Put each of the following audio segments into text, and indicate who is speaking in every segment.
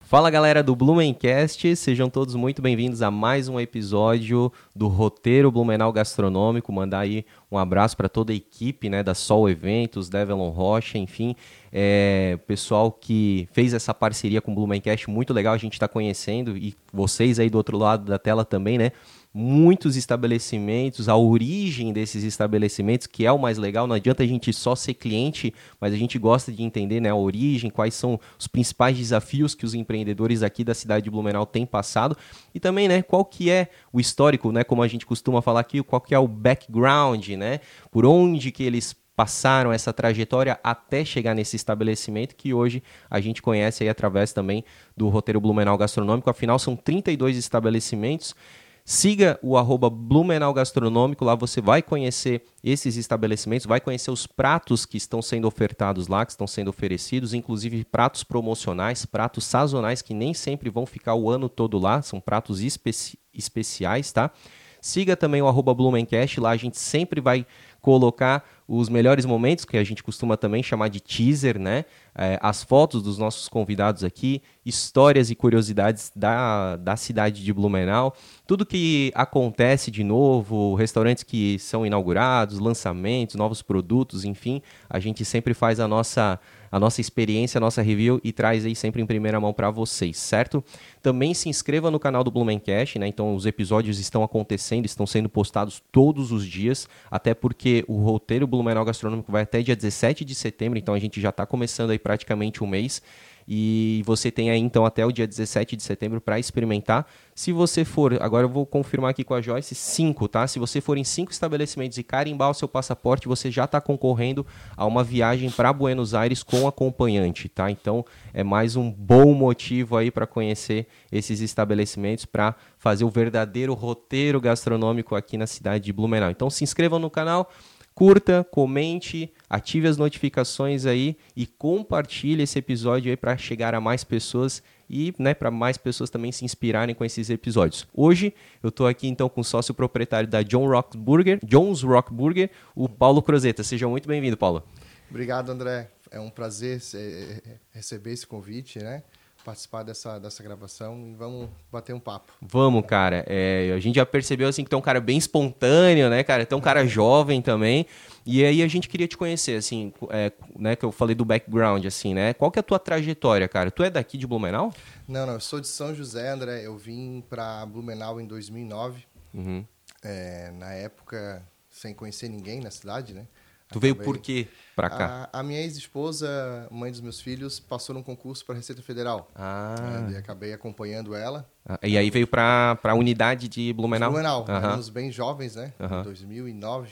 Speaker 1: Fala galera do Blumencast, sejam todos muito bem-vindos a mais um episódio do Roteiro Blumenau Gastronômico. Mandar aí um abraço para toda a equipe né, da Sol Eventos, Develon Rocha, enfim, é, pessoal que fez essa parceria com o Blumencast, muito legal a gente está conhecendo e vocês aí do outro lado da tela também, né? muitos estabelecimentos, a origem desses estabelecimentos, que é o mais legal. Não adianta a gente só ser cliente, mas a gente gosta de entender né, a origem, quais são os principais desafios que os empreendedores aqui da cidade de Blumenau têm passado e também né, qual que é o histórico, né, como a gente costuma falar aqui, qual que é o background, né, por onde que eles passaram essa trajetória até chegar nesse estabelecimento que hoje a gente conhece aí através também do roteiro Blumenau Gastronômico. Afinal, são 32 estabelecimentos Siga o arroba Blumenau Gastronômico, lá você vai conhecer esses estabelecimentos, vai conhecer os pratos que estão sendo ofertados lá, que estão sendo oferecidos, inclusive pratos promocionais, pratos sazonais que nem sempre vão ficar o ano todo lá, são pratos especi especiais, tá? Siga também o arroba Blumencast, lá a gente sempre vai colocar os melhores momentos, que a gente costuma também chamar de teaser, né? É, as fotos dos nossos convidados aqui, histórias e curiosidades da, da cidade de Blumenau, tudo que acontece de novo, restaurantes que são inaugurados, lançamentos, novos produtos, enfim, a gente sempre faz a nossa a nossa experiência, a nossa review e traz aí sempre em primeira mão para vocês, certo? Também se inscreva no canal do Blumencast, né? Então os episódios estão acontecendo, estão sendo postados todos os dias, até porque o roteiro Blumenau Gastronômico vai até dia 17 de setembro, então a gente já está começando aí praticamente um mês. E você tem aí então até o dia 17 de setembro para experimentar. Se você for, agora eu vou confirmar aqui com a Joyce, 5, tá? Se você for em cinco estabelecimentos e carimbar o seu passaporte, você já está concorrendo a uma viagem para Buenos Aires com acompanhante, tá? Então é mais um bom motivo aí para conhecer esses estabelecimentos, para fazer o verdadeiro roteiro gastronômico aqui na cidade de Blumenau. Então se inscrevam no canal curta, comente, ative as notificações aí e compartilhe esse episódio aí para chegar a mais pessoas e, né, para mais pessoas também se inspirarem com esses episódios. Hoje eu estou aqui então com o sócio proprietário da John Rock Burger, John's Rock Burger, o Paulo Crozeta. Seja muito bem-vindo, Paulo.
Speaker 2: Obrigado, André. É um prazer ser, receber esse convite, né? participar dessa, dessa gravação e vamos bater um papo.
Speaker 1: Vamos, cara. É, a gente já percebeu assim que tem um cara bem espontâneo, né, cara? Tem um cara jovem também. E aí a gente queria te conhecer, assim, é, né, que eu falei do background, assim, né? Qual que é a tua trajetória, cara? Tu é daqui de Blumenau?
Speaker 2: Não, não. Eu sou de São José, André. Eu vim para Blumenau em 2009.
Speaker 1: Uhum.
Speaker 2: É, na época, sem conhecer ninguém na cidade, né?
Speaker 1: Tu veio por quê pra cá?
Speaker 2: A, a minha ex-esposa, mãe dos meus filhos, passou num concurso para Receita Federal.
Speaker 1: Ah.
Speaker 2: E acabei acompanhando ela.
Speaker 1: Ah, E aí veio pra, pra unidade de Blumenau?
Speaker 2: Blumenau,
Speaker 1: Aham.
Speaker 2: éramos bem jovens, né?
Speaker 1: Aham.
Speaker 2: 2009,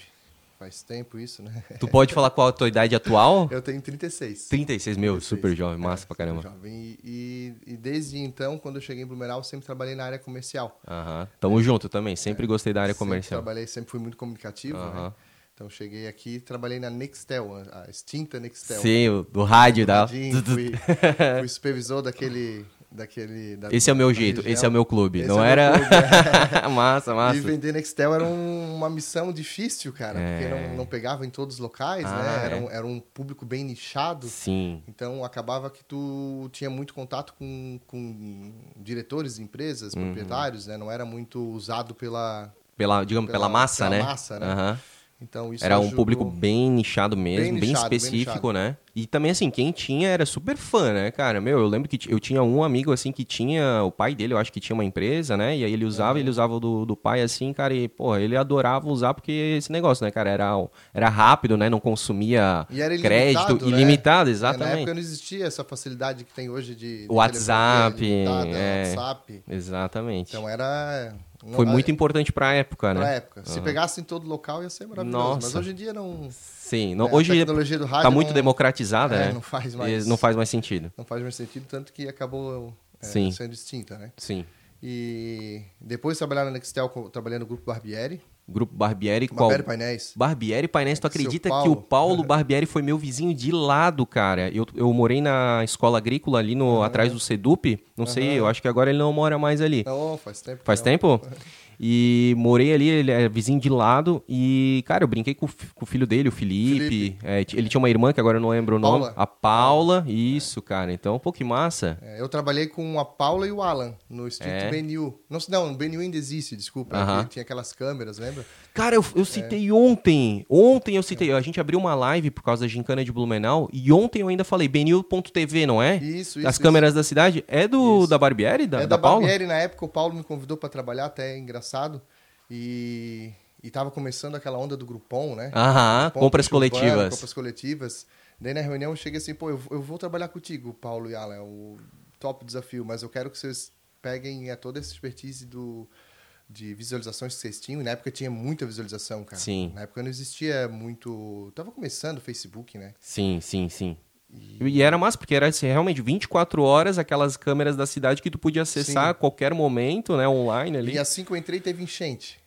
Speaker 2: faz tempo isso, né?
Speaker 1: Tu pode falar qual a tua idade atual?
Speaker 2: Eu tenho 36.
Speaker 1: 36, meu,
Speaker 2: 36.
Speaker 1: super jovem, massa pra caramba.
Speaker 2: Jovem. E, e- e desde então, quando eu cheguei em Blumenau, eu sempre trabalhei na área comercial.
Speaker 1: Aham. Tamo junto também, sempre gostei da área
Speaker 2: É. Sempre
Speaker 1: comercial.
Speaker 2: trabalhei, sempre fui muito comunicativo,
Speaker 1: Aham.
Speaker 2: né? Então eu cheguei aqui e trabalhei na Nextel, a- a extinta Nextel.
Speaker 1: Sim, o- do rádio, da...
Speaker 2: Tadinho, fui, fui supervisor daquele... daquele da-
Speaker 1: Esse é o meu
Speaker 2: da
Speaker 1: jeito, esse é
Speaker 2: tá região.
Speaker 1: o meu clube.
Speaker 2: Esse é
Speaker 1: Não
Speaker 2: o meu
Speaker 1: era.
Speaker 2: clube, é.
Speaker 1: massa, massa.
Speaker 2: E vender Nextel era um- uma missão difícil, cara,
Speaker 1: É.
Speaker 2: porque não, não pegava em todos os locais,
Speaker 1: Ah,
Speaker 2: né? Era,
Speaker 1: é.
Speaker 2: um, era um público bem nichado.
Speaker 1: Sim.
Speaker 2: Então acabava que tu tinha muito contato com, com diretores de empresas,
Speaker 1: Uhum.
Speaker 2: proprietários, né? Não era muito usado pela.
Speaker 1: Pela, digamos, pela,
Speaker 2: Pela-
Speaker 1: massa,
Speaker 2: pela
Speaker 1: né?
Speaker 2: massa, né?
Speaker 1: Aham.
Speaker 2: Então isso
Speaker 1: Era um
Speaker 2: ajudou-
Speaker 1: público bem nichado mesmo, bem,
Speaker 2: nichado, bem
Speaker 1: específico,
Speaker 2: nichado.
Speaker 1: né? E também, assim, quem tinha era super fã, né, cara? Meu, eu lembro que t- eu tinha um amigo, assim, que tinha... O pai dele, eu acho que tinha uma empresa, né? E aí ele usava, ele usava o do, do pai, assim, cara. E, porra, ele adorava usar porque esse negócio, né, cara? Era, era rápido, né? Não consumia
Speaker 2: E era ilimitado,
Speaker 1: crédito.
Speaker 2: né?
Speaker 1: Ilimitado,
Speaker 2: Na época
Speaker 1: exatamente.
Speaker 2: não existia essa facilidade que tem hoje de. de
Speaker 1: WhatsApp,
Speaker 2: telefonia limitada,
Speaker 1: é.
Speaker 2: WhatsApp.
Speaker 1: Exatamente.
Speaker 2: Então era.
Speaker 1: Foi
Speaker 2: não-
Speaker 1: muito importante pra época,
Speaker 2: pra
Speaker 1: né?
Speaker 2: época. Se pegasse em todo local ia ser maravilhoso. Mas
Speaker 1: Nossa.
Speaker 2: hoje em dia não.
Speaker 1: Sim. Não,
Speaker 2: né,
Speaker 1: hoje
Speaker 2: a tecnologia do rádio
Speaker 1: tá muito
Speaker 2: não-
Speaker 1: democratizada,
Speaker 2: é,
Speaker 1: né?
Speaker 2: não faz
Speaker 1: E
Speaker 2: mais-
Speaker 1: Não faz mais sentido.
Speaker 2: Não faz mais sentido, tanto que acabou é,
Speaker 1: Sim.
Speaker 2: sendo extinta, né?
Speaker 1: Sim.
Speaker 2: E depois trabalhar na Nextel, co- trabalhando no grupo Barbieri,
Speaker 1: Grupo Barbieri, qual?
Speaker 2: Barbieri Painéis.
Speaker 1: Barbieri Painés, tu acredita que
Speaker 2: Paulo.
Speaker 1: o Paulo Barbieri foi meu vizinho de lado, cara? Eu, eu morei na escola agrícola ali no, atrás do Sedup. Não sei, eu acho que agora ele não mora mais ali.
Speaker 2: Não, faz tempo. que
Speaker 1: Faz
Speaker 2: não.
Speaker 1: tempo? E morei ali, ele é vizinho de lado. E, cara, eu brinquei com, o fi- com o filho dele, o Felipe.
Speaker 2: Felipe.
Speaker 1: É, t- ele tinha uma irmã que agora eu não lembro o
Speaker 2: Paula.
Speaker 1: nome. A Paula. Isso, cara. Então, pô, que massa.
Speaker 2: É, Eu trabalhei com a Paula e o Alan no Instituto
Speaker 1: É.
Speaker 2: BNU. Não, não, o BNU ainda existe, desculpa. né,
Speaker 1: Aham.
Speaker 2: que Tinha aquelas câmeras, lembra?
Speaker 1: Cara, eu,
Speaker 2: É.
Speaker 1: eu citei ontem. Ontem eu citei. A gente abriu uma live por causa da Gincana de Blumenau. E ontem eu ainda falei, benil.tv, não é?
Speaker 2: Isso, isso.
Speaker 1: As
Speaker 2: isso.
Speaker 1: câmeras da cidade. É do
Speaker 2: Isso.
Speaker 1: da Barbieri? Da,
Speaker 2: é
Speaker 1: da,
Speaker 2: da,
Speaker 1: Paula?
Speaker 2: Barbieri, na época o Paulo me convidou para trabalhar, até é engraçado. E, e tava começando aquela onda do Grupom, né?
Speaker 1: Aham,
Speaker 2: Ponto
Speaker 1: compras
Speaker 2: de urbano,
Speaker 1: coletivas.
Speaker 2: compras coletivas. Daí na reunião chega assim, pô, eu, vou- eu vou trabalhar contigo, Paulo e Alan, é o top desafio, mas eu quero que vocês peguem a toda essa expertise do, de visualizações que vocês tinham. E na época tinha muita visualização, cara.
Speaker 1: Sim.
Speaker 2: Na época não existia muito. Tava começando o Facebook, né?
Speaker 1: Sim, sim, sim. E era massa, porque era assim, realmente 24 horas aquelas câmeras da cidade que tu podia acessar a qualquer momento, né, online ali.
Speaker 2: E assim que eu entrei, teve enchente.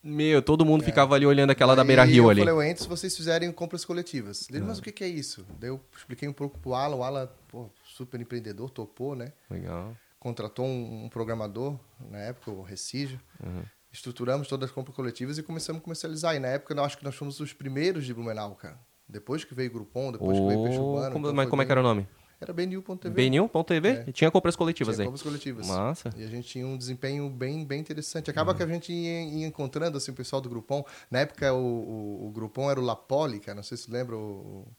Speaker 1: Meu, todo mundo ficava ali olhando aquela da
Speaker 2: Aí
Speaker 1: Beira Rio ali. Ah.
Speaker 2: Eu falei, eu entro se vocês fizerem compras coletivas. Ele, mas o que, que é isso? Daí eu expliquei um pouco pro Alan, o Alan, pô, super empreendedor, topou, né?
Speaker 1: Legal.
Speaker 2: contratou um, um programador, na época, o Recijo.
Speaker 1: Uhum.
Speaker 2: Estruturamos todas as compras coletivas e começamos a comercializar. E na época, eu acho que nós fomos os primeiros de Blumenau, cara. Depois que veio Groupon, depois que veio Peixe
Speaker 1: Ô,
Speaker 2: Urbano.
Speaker 1: como,
Speaker 2: então
Speaker 1: mas
Speaker 2: foi
Speaker 1: como é
Speaker 2: bem-
Speaker 1: que era o nome?
Speaker 2: Era BNU.tv.
Speaker 1: BNU.tv? Tinha compras coletivas
Speaker 2: Tinha
Speaker 1: aí.
Speaker 2: compras coletivas.
Speaker 1: Massa. Uhum.
Speaker 2: E a gente tinha um desempenho bem, bem interessante. Acaba que a gente ia, ia encontrando assim, o pessoal do Groupon. Na época, o, o, o Groupon era o Lapoli, cara. Não sei se tu lembra o, o-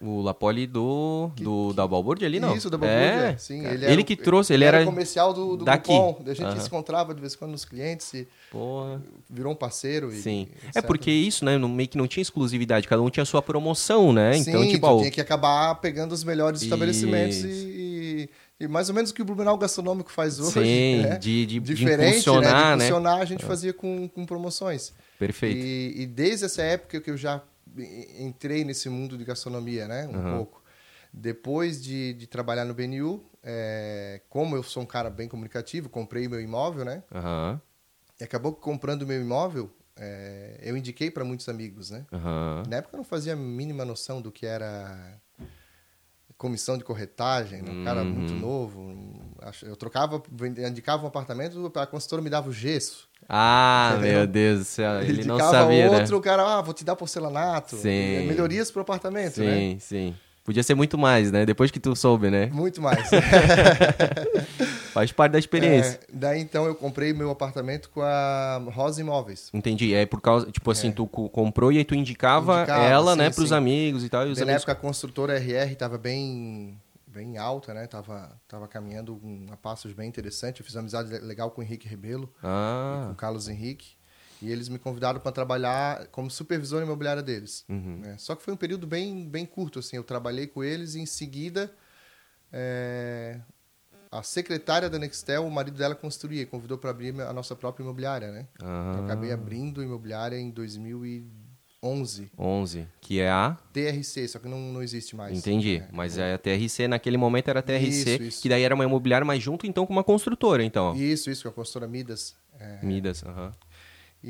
Speaker 1: O Lapoli do, do da Balbúrdia ali, não?
Speaker 2: Isso, da Balbúrdia.
Speaker 1: É,
Speaker 2: Sim,
Speaker 1: cara.
Speaker 2: ele
Speaker 1: ele,
Speaker 2: era o-
Speaker 1: que trouxe, ele, era...
Speaker 2: comercial do, do
Speaker 1: daqui.
Speaker 2: Groupon. A gente
Speaker 1: Aham.
Speaker 2: se encontrava de vez em quando nos clientes e
Speaker 1: Porra.
Speaker 2: virou um parceiro. E,
Speaker 1: Sim.
Speaker 2: e
Speaker 1: É
Speaker 2: etc.
Speaker 1: porque isso, né, no- meio que não tinha exclusividade, cada um tinha sua promoção, né? então,
Speaker 2: Sim,
Speaker 1: tipo,
Speaker 2: tu
Speaker 1: ó,
Speaker 2: tinha que acabar pegando os melhores estabelecimentos
Speaker 1: Isso.
Speaker 2: e, e- e mais ou menos o que o Blumenau Gastronômico faz hoje.
Speaker 1: Sim,
Speaker 2: né?
Speaker 1: de, de, de
Speaker 2: Diferente,
Speaker 1: impulsionar,
Speaker 2: né? De
Speaker 1: né?
Speaker 2: funcionar, a gente fazia com, com promoções.
Speaker 1: Perfeito.
Speaker 2: E, e desde essa época que eu já e- entrei nesse mundo de gastronomia, né? Um pouco. Depois de, de trabalhar no BNU, é, como eu sou um cara bem comunicativo, comprei meu imóvel, né?
Speaker 1: Aham,
Speaker 2: E acabou que comprando meu imóvel, é, eu indiquei para muitos amigos, né?
Speaker 1: aham.
Speaker 2: Na época eu não fazia a mínima noção do que era comissão de corretagem, né? um cara
Speaker 1: Uhum.
Speaker 2: muito novo. um- acho- Eu trocava, vende- indicava um apartamento, a consultora me dava o gesso.
Speaker 1: Ah,
Speaker 2: Entendeu?
Speaker 1: meu Deus do céu, Ah, ele não
Speaker 2: indicava
Speaker 1: sabia,
Speaker 2: outro,
Speaker 1: né?
Speaker 2: o cara, ah, vou te dar porcelanato.
Speaker 1: Sim.
Speaker 2: Melhorias pro apartamento, né?
Speaker 1: Sim, sim. Podia ser muito mais, né? Depois que tu soube, né?
Speaker 2: Muito mais.
Speaker 1: Faz parte da experiência.
Speaker 2: É, daí então eu comprei meu apartamento com a Rosa Imóveis.
Speaker 1: Entendi. É por causa, tipo assim, tu co- comprou e aí tu indicava,
Speaker 2: Indicava,
Speaker 1: ela,
Speaker 2: sim,
Speaker 1: né, pros
Speaker 2: sim.
Speaker 1: amigos e tal. E os
Speaker 2: Daí, na
Speaker 1: amigos...
Speaker 2: época a construtora RR estava bem, bem alta, né? Tava, tava caminhando um- a passos bem interessante. Eu fiz uma amizade le- legal com o Henrique Rebelo. e com
Speaker 1: Ah,
Speaker 2: o Carlos Henrique. E eles me convidaram para trabalhar como supervisor imobiliário deles.
Speaker 1: Uhum.
Speaker 2: né? Só que foi um período bem, bem curto, assim. Eu trabalhei com eles e em seguida é, a secretária da Nextel, o marido dela construía, e convidou para abrir a nossa própria imobiliária, né? Eu
Speaker 1: ah
Speaker 2: acabei abrindo a imobiliária em 2011,
Speaker 1: 11, que é a...
Speaker 2: TRC, só que não, não existe mais.
Speaker 1: Entendi.
Speaker 2: né?
Speaker 1: Mas é a TRC, naquele momento era a TRC,
Speaker 2: Isso, isso.
Speaker 1: que daí era uma imobiliária, mas junto então com uma construtora, então. ó.
Speaker 2: Isso, isso, com a construtora Midas. é,
Speaker 1: Midas, aham.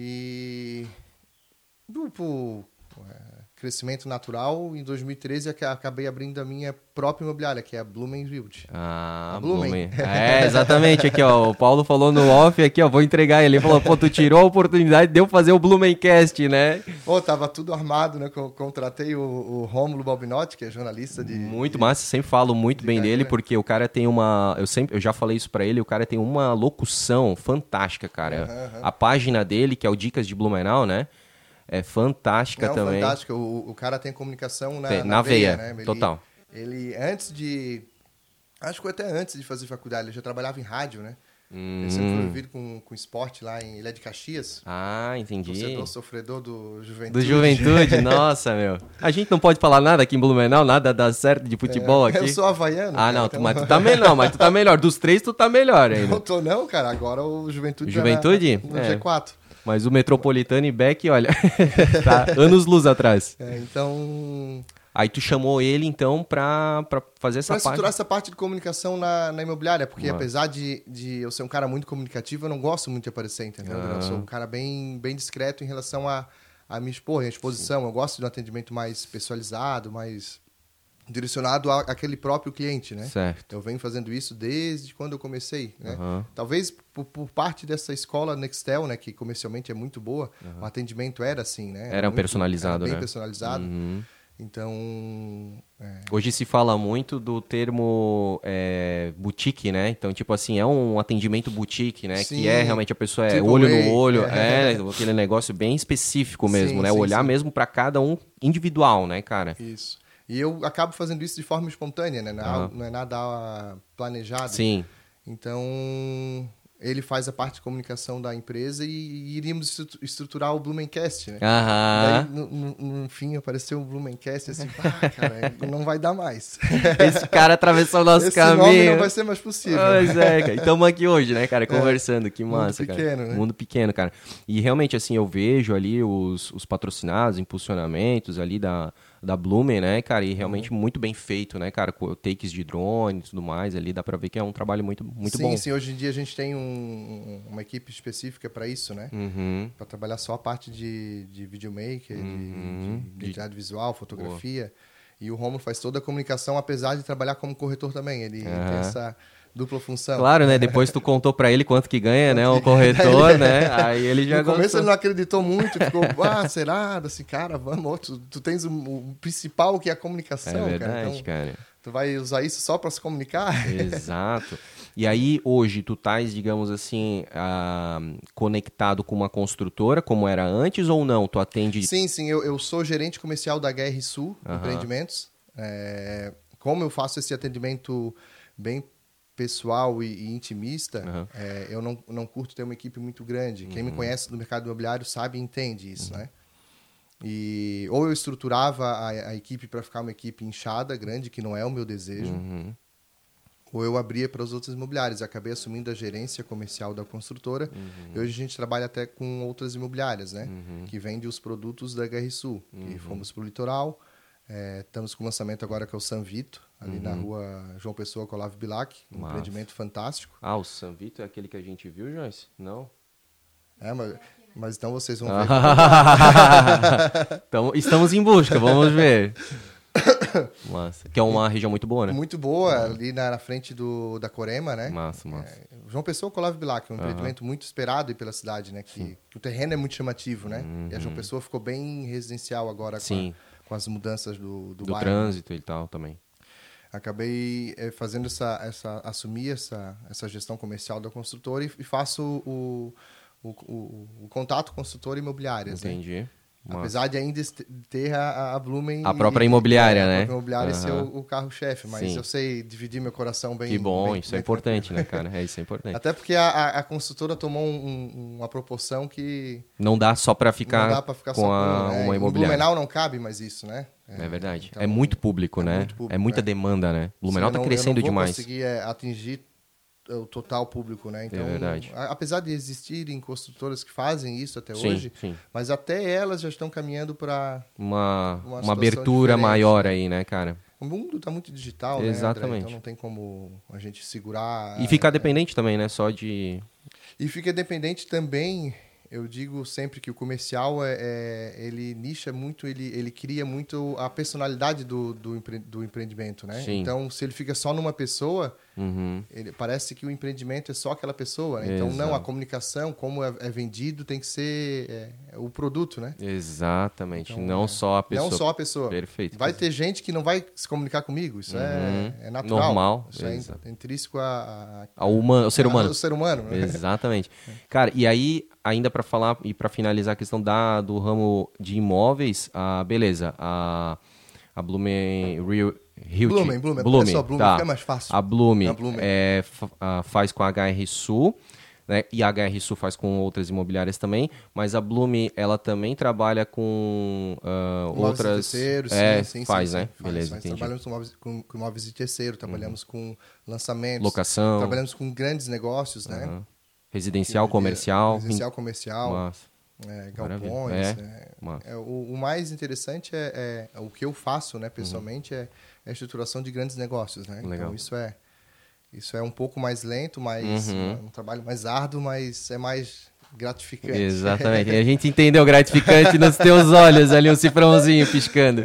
Speaker 2: E do, pro, é, crescimento natural, em 2013 aca- acabei abrindo a minha própria imobiliária, que é a Blumenwild.
Speaker 1: Ah,
Speaker 2: A Blumen.
Speaker 1: Blumen. É, exatamente aqui, ó. O Paulo falou no off aqui, ó. Vou entregar ele. Ele falou, pô, tu tirou a oportunidade de eu fazer o Blumencast, né?
Speaker 2: Oh, tava tudo armado, né? que Eu contratei o, o Rômulo Balbinotti, que é jornalista de.
Speaker 1: Muito massa, sempre falo muito bem dele,
Speaker 2: né?
Speaker 1: porque o cara tem uma. Eu sempre, eu já falei isso pra ele, o cara tem uma locução fantástica, cara. A página dele, que é o Dicas de Blumenau, né? É fantástica
Speaker 2: Não,
Speaker 1: também.
Speaker 2: um fantástico. O, o cara tem comunicação na,
Speaker 1: Tem,
Speaker 2: na
Speaker 1: na
Speaker 2: veia,
Speaker 1: veia,
Speaker 2: né? Ele-
Speaker 1: total.
Speaker 2: Ele, antes de. Acho que até antes de fazer faculdade, ele já trabalhava em rádio, né? Ele sempre
Speaker 1: Hum.
Speaker 2: foi envolvido com, com esporte lá em. Ele é de Caxias,
Speaker 1: Ah, entendi.
Speaker 2: torcedor, sofredor do Juventude. né?
Speaker 1: Do Juventude, nossa, meu. A gente não pode falar nada aqui em Blumenau, nada dá certo de futebol aqui.
Speaker 2: É. Eu sou havaiano.
Speaker 1: Ah,
Speaker 2: cara,
Speaker 1: não, tu,
Speaker 2: então-
Speaker 1: mas tu tá melhor, mas tu tá melhor. Dos três, tu tá melhor ainda.
Speaker 2: Não tô não, cara. Agora o Juventude, tá
Speaker 1: Juventude?
Speaker 2: na- no
Speaker 1: É.
Speaker 2: G4.
Speaker 1: Mas o Metropolitano e Beck, olha, tá anos luz atrás.
Speaker 2: É, então,
Speaker 1: Aí tu chamou ele, então, pra, pra fazer essa
Speaker 2: para
Speaker 1: parte.
Speaker 2: estruturar essa parte de comunicação na, na imobiliária, porque
Speaker 1: Massa.
Speaker 2: apesar de, de eu ser um cara muito comunicativo, eu não gosto muito de aparecer, entendeu? Eu
Speaker 1: Ah.
Speaker 2: sou um cara bem, bem discreto em relação a, a me expor, em exposição. Eu gosto de um atendimento mais personalizado, mais direcionado à- àquele próprio cliente, né?
Speaker 1: Certo.
Speaker 2: Eu venho fazendo isso desde quando eu comecei, né?
Speaker 1: Aham.
Speaker 2: Talvez por, por parte dessa escola Nextel, né, que comercialmente é muito boa, o atendimento era assim, né?
Speaker 1: Era
Speaker 2: muito-
Speaker 1: personalizado,
Speaker 2: era bem
Speaker 1: né?
Speaker 2: personalizado.
Speaker 1: Uhum.
Speaker 2: Então, é,
Speaker 1: Hoje se fala muito do termo é, boutique, né? Então, tipo assim, é um atendimento boutique, né?
Speaker 2: Sim.
Speaker 1: que é realmente a pessoa é
Speaker 2: Triple
Speaker 1: olho
Speaker 2: A,
Speaker 1: no olho,
Speaker 2: é.
Speaker 1: é. aquele negócio bem específico mesmo,
Speaker 2: Sim,
Speaker 1: né?
Speaker 2: sim,
Speaker 1: Olhar
Speaker 2: sim.
Speaker 1: mesmo pra cada um individual, né, cara?
Speaker 2: isso. E eu acabo fazendo isso de forma espontânea, né? Não, é
Speaker 1: Aham.
Speaker 2: algo- não é nada planejado.
Speaker 1: Sim.
Speaker 2: Então, ele faz a parte de comunicação da empresa e, e iríamos estru- estruturar o Blumencast, né? Daí,
Speaker 1: Aham.
Speaker 2: no, no- no fim, apareceu um Blumencast assim, pá, cara, não vai dar mais.
Speaker 1: Esse cara atravessou o nosso
Speaker 2: Esse
Speaker 1: caminho.
Speaker 2: nome não vai ser mais possível. É.
Speaker 1: Pois é, cara. E estamos aqui hoje, né, cara, conversando. Que
Speaker 2: mundo
Speaker 1: massa, cara.
Speaker 2: pequeno, né?
Speaker 1: Mundo pequeno, cara. E realmente, assim, eu vejo ali os, os patrocinados, impulsionamentos ali da, da Blumen, né, cara? E realmente
Speaker 2: Uhum.
Speaker 1: muito bem feito, né, cara? Com takes de drone e tudo mais ali. Dá pra ver que é um trabalho muito, muito
Speaker 2: sim,
Speaker 1: bom.
Speaker 2: sim, hoje em dia a gente tem um- um- uma equipe específica para isso, né?
Speaker 1: Uhum.
Speaker 2: Para trabalhar só a parte de, de videomaker, de-
Speaker 1: Uhum.
Speaker 2: de identidade visual, fotografia. E o Romulo faz toda a comunicação, apesar de trabalhar como corretor também. Ele tem
Speaker 1: Aham.
Speaker 2: essa dupla função.
Speaker 1: Claro, né? Depois tu contou pra ele quanto que ganha, né? O corretor, né? Aí ele já
Speaker 2: no começo
Speaker 1: gostou.
Speaker 2: ele não é acreditou muito, ficou, ah, será? Assim, cara, vamos, tu, tu tens o, o principal que é a comunicação,
Speaker 1: É
Speaker 2: cara.
Speaker 1: verdade,
Speaker 2: Então,
Speaker 1: cara.
Speaker 2: tu vai usar isso só para se comunicar?
Speaker 1: Exato. E aí, hoje, tu estás, digamos assim, ah, conectado com uma construtora, como era antes, ou não? Tu atende.
Speaker 2: Sim, sim, eu, eu sou gerente comercial da GR Sul
Speaker 1: Aham.
Speaker 2: Empreendimentos. É, como eu faço esse atendimento bem pessoal e, e intimista,
Speaker 1: Aham. Uhum.
Speaker 2: é, eu não, não curto ter uma equipe muito grande. Quem me conhece do mercado imobiliário sabe e entende isso, né? E, ou eu estruturava a, a equipe para ficar uma equipe inchada, grande, que não é o meu desejo,
Speaker 1: Uhum,
Speaker 2: ou eu abria para os outros imobiliários. Eu acabei assumindo a gerência comercial da construtora
Speaker 1: Uhum.
Speaker 2: e hoje a gente trabalha até com outras imobiliárias, né? Que vende os produtos da GR Sul.
Speaker 1: Uhum.
Speaker 2: E fomos para o litoral, eh, estamos com um lançamento agora que é o San Vito, ali na rua João Pessoa com Olavo Bilac, um
Speaker 1: Uhum. Massa.
Speaker 2: empreendimento fantástico.
Speaker 1: Ah, o San Vito é aquele que a gente viu, Joyce? Não?
Speaker 2: É, mas, mas então vocês vão ver.
Speaker 1: Tamo- estamos em busca, vamos ver. Massa. Que é uma região muito boa, né?
Speaker 2: Muito boa, ali na, na frente do, da Corema, né?
Speaker 1: Massa, massa.
Speaker 2: João Pessoa com Olavo Bilac, um empreendimento muito esperado aí pela cidade, né? Que, que o terreno é muito chamativo, né? E a João Pessoa ficou bem residencial agora com,
Speaker 1: Uhum. Sim.
Speaker 2: a- com as mudanças do, do,
Speaker 1: Do
Speaker 2: bairro.
Speaker 1: trânsito e tal também.
Speaker 2: Acabei eh, fazendo essa, essa assumir essa, essa gestão comercial da construtora e, e faço o, o, o- o contato construtora imobiliária. Né?
Speaker 1: Entendi. Massa.
Speaker 2: Apesar de ainda est- ter a, a Blumen...
Speaker 1: A própria imobiliária,
Speaker 2: é,
Speaker 1: né?
Speaker 2: A própria imobiliária ser
Speaker 1: Aham.
Speaker 2: o, o carro-chefe, mas
Speaker 1: Sim.
Speaker 2: eu sei dividir meu coração bem...
Speaker 1: Que bom,
Speaker 2: bem-
Speaker 1: isso é
Speaker 2: bem
Speaker 1: importante, né, cara? É, isso é importante.
Speaker 2: até porque a, a- a consultora tomou um- um- uma proporção que
Speaker 1: Não dá só pra ficar,
Speaker 2: não dá para ficar
Speaker 1: com
Speaker 2: só
Speaker 1: a-
Speaker 2: com né?
Speaker 1: uma
Speaker 2: Em
Speaker 1: imobiliária.
Speaker 2: Blumenau não cabe mais isso, né?
Speaker 1: É verdade.
Speaker 2: então,
Speaker 1: é muito público,
Speaker 2: é
Speaker 1: né?
Speaker 2: muito público,
Speaker 1: é muita
Speaker 2: é.
Speaker 1: demanda, né? Blumenau
Speaker 2: eu não-
Speaker 1: tá crescendo
Speaker 2: eu não vou
Speaker 1: demais. É
Speaker 2: conseguir é, atingir é, o total público, né? Então,
Speaker 1: verdade.
Speaker 2: a- apesar de existirem construtoras que fazem isso até
Speaker 1: Sim,
Speaker 2: hoje,
Speaker 1: sim.
Speaker 2: mas até elas já estão caminhando para
Speaker 1: Uma, uma,
Speaker 2: situação
Speaker 1: abertura
Speaker 2: diferente,
Speaker 1: maior aí, né, cara?
Speaker 2: o mundo está muito digital, né? André?
Speaker 1: Exatamente.
Speaker 2: Então não tem como a gente segurar
Speaker 1: E ficar dependente também, né? Só de.
Speaker 2: E fica dependente também, eu digo sempre que o comercial, é, é- ele nicha muito, ele, ele cria muito a personalidade do, do, empre- do empreendimento, né?
Speaker 1: Sim.
Speaker 2: Então, se ele fica só numa pessoa,
Speaker 1: Uhum.
Speaker 2: ele, parece que o empreendimento é só aquela pessoa, né? Então, não,
Speaker 1: Exato.
Speaker 2: a comunicação, como é, é vendido, tem que ser é, é o produto, né?
Speaker 1: Exatamente.
Speaker 2: Então,
Speaker 1: não
Speaker 2: é.
Speaker 1: só a pessoa.
Speaker 2: Não só a pessoa.
Speaker 1: Perfeito.
Speaker 2: Vai ter gente que não vai se comunicar comigo, isso
Speaker 1: Uhum.
Speaker 2: é, é natural.
Speaker 1: Normal,
Speaker 2: Isso é
Speaker 1: exato.
Speaker 2: in- intrínseco a, a-
Speaker 1: A humana, o ser
Speaker 2: a-
Speaker 1: humano.
Speaker 2: ao ser humano, né?
Speaker 1: Exatamente. Cara, e aí, ainda pra falar e pra finalizar a questão da, do ramo de imóveis, a beleza, a, a Blumen Real Realty.
Speaker 2: Blumen, Blumen, é só Blumen,
Speaker 1: tá.
Speaker 2: fica mais fácil.
Speaker 1: A Blumen,
Speaker 2: A Blumen.
Speaker 1: é, fa- a- faz com a HR Sul, né? E a HR Sul faz com outras imobiliárias também, mas a Blumen, ela também trabalha com ah,
Speaker 2: Móveis de
Speaker 1: outras...
Speaker 2: terceiro,
Speaker 1: é,
Speaker 2: sim, sim,
Speaker 1: faz,
Speaker 2: sim,
Speaker 1: né?
Speaker 2: sim, faz,
Speaker 1: Beleza,
Speaker 2: faz.
Speaker 1: entendi. Uhum.
Speaker 2: Trabalhamos com móveis, com, com móveis de terceiro, trabalhamos com lançamentos,
Speaker 1: Locação,
Speaker 2: trabalhamos com grandes negócios, né? é
Speaker 1: aham. residencial, comercial.
Speaker 2: Residencial, comercial,
Speaker 1: Massa.
Speaker 2: é,
Speaker 1: Maravilha.
Speaker 2: galpões.
Speaker 1: É,
Speaker 2: né?
Speaker 1: massa.
Speaker 2: É, o, o mais interessante é, é o que eu faço, né, pessoalmente, é, é a estruturação de grandes negócios, né?
Speaker 1: Uhum. Legal.
Speaker 2: Então isso é isso é um pouco mais lento, mas
Speaker 1: Uhum.
Speaker 2: é um trabalho mais árduo, mas é mais gratificante.
Speaker 1: Exatamente. E a gente entendeu gratificante nos teus olhos ali, um cifrãozinho piscando.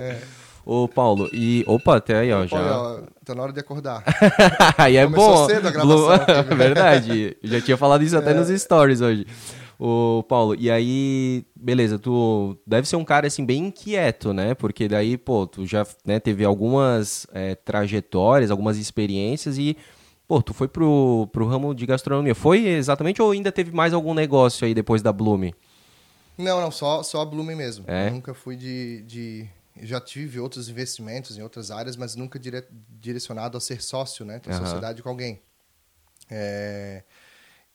Speaker 1: Ô, Paulo, e. Opa, até aí, ó.
Speaker 2: Olha,
Speaker 1: Já...
Speaker 2: É. ó, tá na hora de acordar.
Speaker 1: Aí é
Speaker 2: Começou
Speaker 1: bom.
Speaker 2: cedo a gravação,
Speaker 1: Lu-
Speaker 2: né, É. Pedro?
Speaker 1: Verdade. Eu Já tinha falado isso até nos stories hoje. Ô, Paulo, e aí, beleza, tu deve ser um cara assim bem inquieto, né? Porque daí, pô, tu já né, teve algumas é, trajetórias, algumas experiências e, pô, tu foi pro, pro ramo de gastronomia. Foi exatamente ou ainda teve mais algum negócio aí depois da Blume?
Speaker 2: Não, não, só, só a Blumen mesmo.
Speaker 1: É?
Speaker 2: Eu nunca fui de, de. Já tive outros investimentos em outras áreas, mas nunca dire- direcionado a ser sócio, né? Ter
Speaker 1: Aham.
Speaker 2: sociedade com alguém. É,